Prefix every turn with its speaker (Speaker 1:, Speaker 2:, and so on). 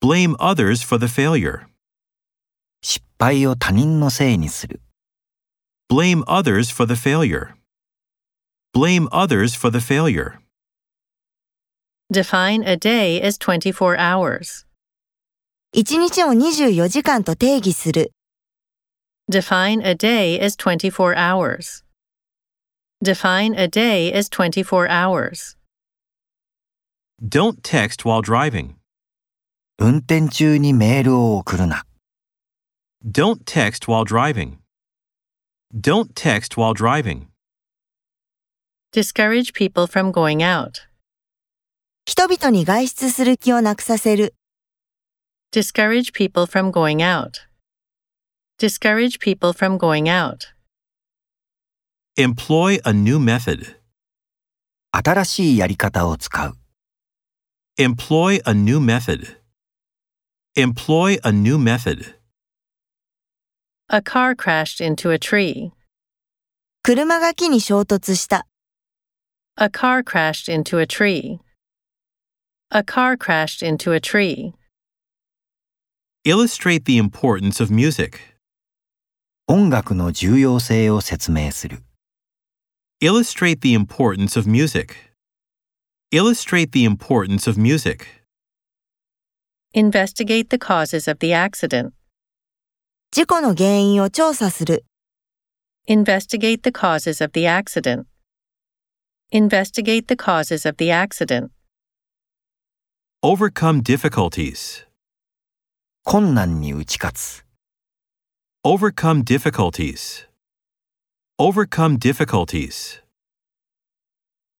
Speaker 1: Blame others for the failure.
Speaker 2: 失敗を他人のせいにする。
Speaker 1: Blame others for the failure. Blame others for the failure.
Speaker 3: Define a day as 24 hours.
Speaker 4: 1日を24時間と定義する。
Speaker 3: Define a day as 24 hours. Define a day as 24 hours.
Speaker 1: Don't text while driving.
Speaker 2: 運転中にメールを送るな。
Speaker 1: Don't text while driving. Don't text while driving.
Speaker 3: Discourage people from going out.
Speaker 4: 人々に外出する気をなくさせる。
Speaker 3: Discourage people from going out. Discourage people from going out.
Speaker 1: Employ a new method.
Speaker 2: 新しいやり方を使う。
Speaker 1: Employ a new method. Employ a new method.
Speaker 3: A car crashed into a tree.
Speaker 4: 車が木に衝突した。
Speaker 3: A car crashed into a tree. A car crashed into a tree.
Speaker 1: Illustrate the importance of music.
Speaker 2: 音楽の重要性を説明する。
Speaker 1: Illustrate the importance of music. Illustrate the importance of music.
Speaker 3: Investigate the causes of the accident.
Speaker 4: 事故の原因を調査する。
Speaker 3: Investigate the causes of the accident. Investigate the causes of the accident.
Speaker 1: Overcome difficulties.
Speaker 2: 困難に打ち勝つ。
Speaker 1: Overcome difficulties. Overcome difficulties.